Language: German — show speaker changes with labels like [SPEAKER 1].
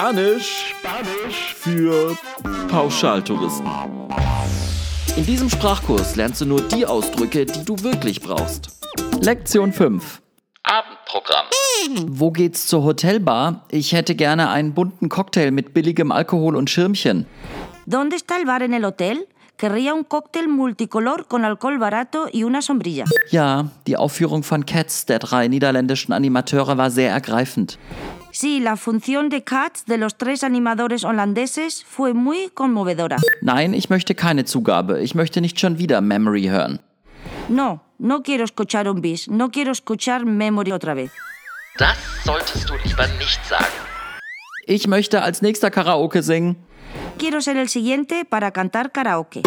[SPEAKER 1] Spanisch, Spanisch für Pauschaltouristen.
[SPEAKER 2] In diesem Sprachkurs lernst du nur die Ausdrücke, die du wirklich brauchst.
[SPEAKER 3] Lektion 5.
[SPEAKER 4] Abendprogramm.
[SPEAKER 3] Wo geht's zur Hotelbar? Ich hätte gerne einen bunten Cocktail mit billigem Alkohol und Schirmchen.
[SPEAKER 5] ¿Dónde está el bar en el hotel? Querría un cóctel multicolor con alcohol barato y una sombrilla.
[SPEAKER 3] Ja, die Aufführung von Cats der drei niederländischen Animateure war sehr ergreifend.
[SPEAKER 5] Sí, la función de Cats de los tres animadores holandeses fue muy conmovedora.
[SPEAKER 3] Nein, ich möchte keine Zugabe. Ich möchte nicht schon wieder Memory hören.
[SPEAKER 5] No, no quiero escuchar un bis, no quiero escuchar Memory otra vez.
[SPEAKER 4] Das solltest du lieber nicht sagen.
[SPEAKER 3] Ich möchte als nächster Karaoke singen.
[SPEAKER 5] Quiero ser el siguiente para cantar karaoke.